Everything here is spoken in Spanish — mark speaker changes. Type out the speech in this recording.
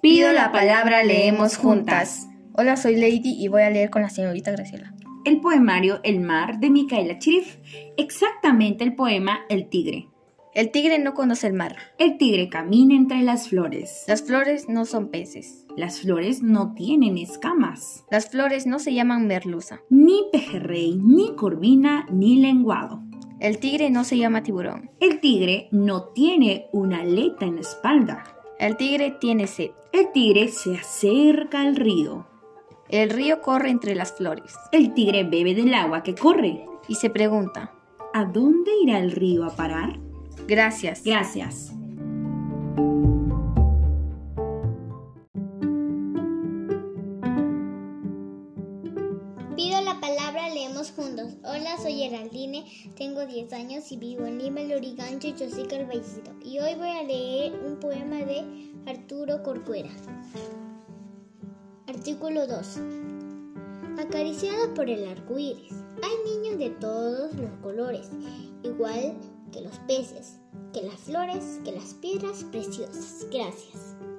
Speaker 1: Pido la palabra, leemos juntas.
Speaker 2: Hola, soy Lady y voy a leer con la señorita Graciela.
Speaker 1: El poemario El mar de Micaela Chirif, exactamente el poema El tigre.
Speaker 2: El tigre no conoce el mar.
Speaker 1: El tigre camina entre las flores.
Speaker 2: Las flores no son peces.
Speaker 1: Las flores no tienen escamas,
Speaker 2: Las flores no se llaman merluza.
Speaker 1: ni pejerrey, ni corvina, ni lenguado.
Speaker 2: El tigre no se llama tiburón.
Speaker 1: El tigre no tiene una aleta en la espalda.
Speaker 2: El tigre tiene sed.
Speaker 1: El tigre se acerca al río.
Speaker 2: El río corre entre las flores
Speaker 1: El tigre bebe del agua que corre.
Speaker 2: y se pregunta,
Speaker 1: ¿A dónde irá el río a parar?
Speaker 2: gracias.
Speaker 1: Gracias.
Speaker 3: Pido la palabra, leemos juntos. Hola, soy Geraldine, tengo 10 años y vivo en Lima, Lurigancho y Chosica, el Vallecito. Y hoy voy a leer un poema de Arturo Corcuera. Artículo 2. Acariciado por el arco iris, hay niños de todos los colores, igual que los peces, que las flores, que las piedras preciosas. Gracias.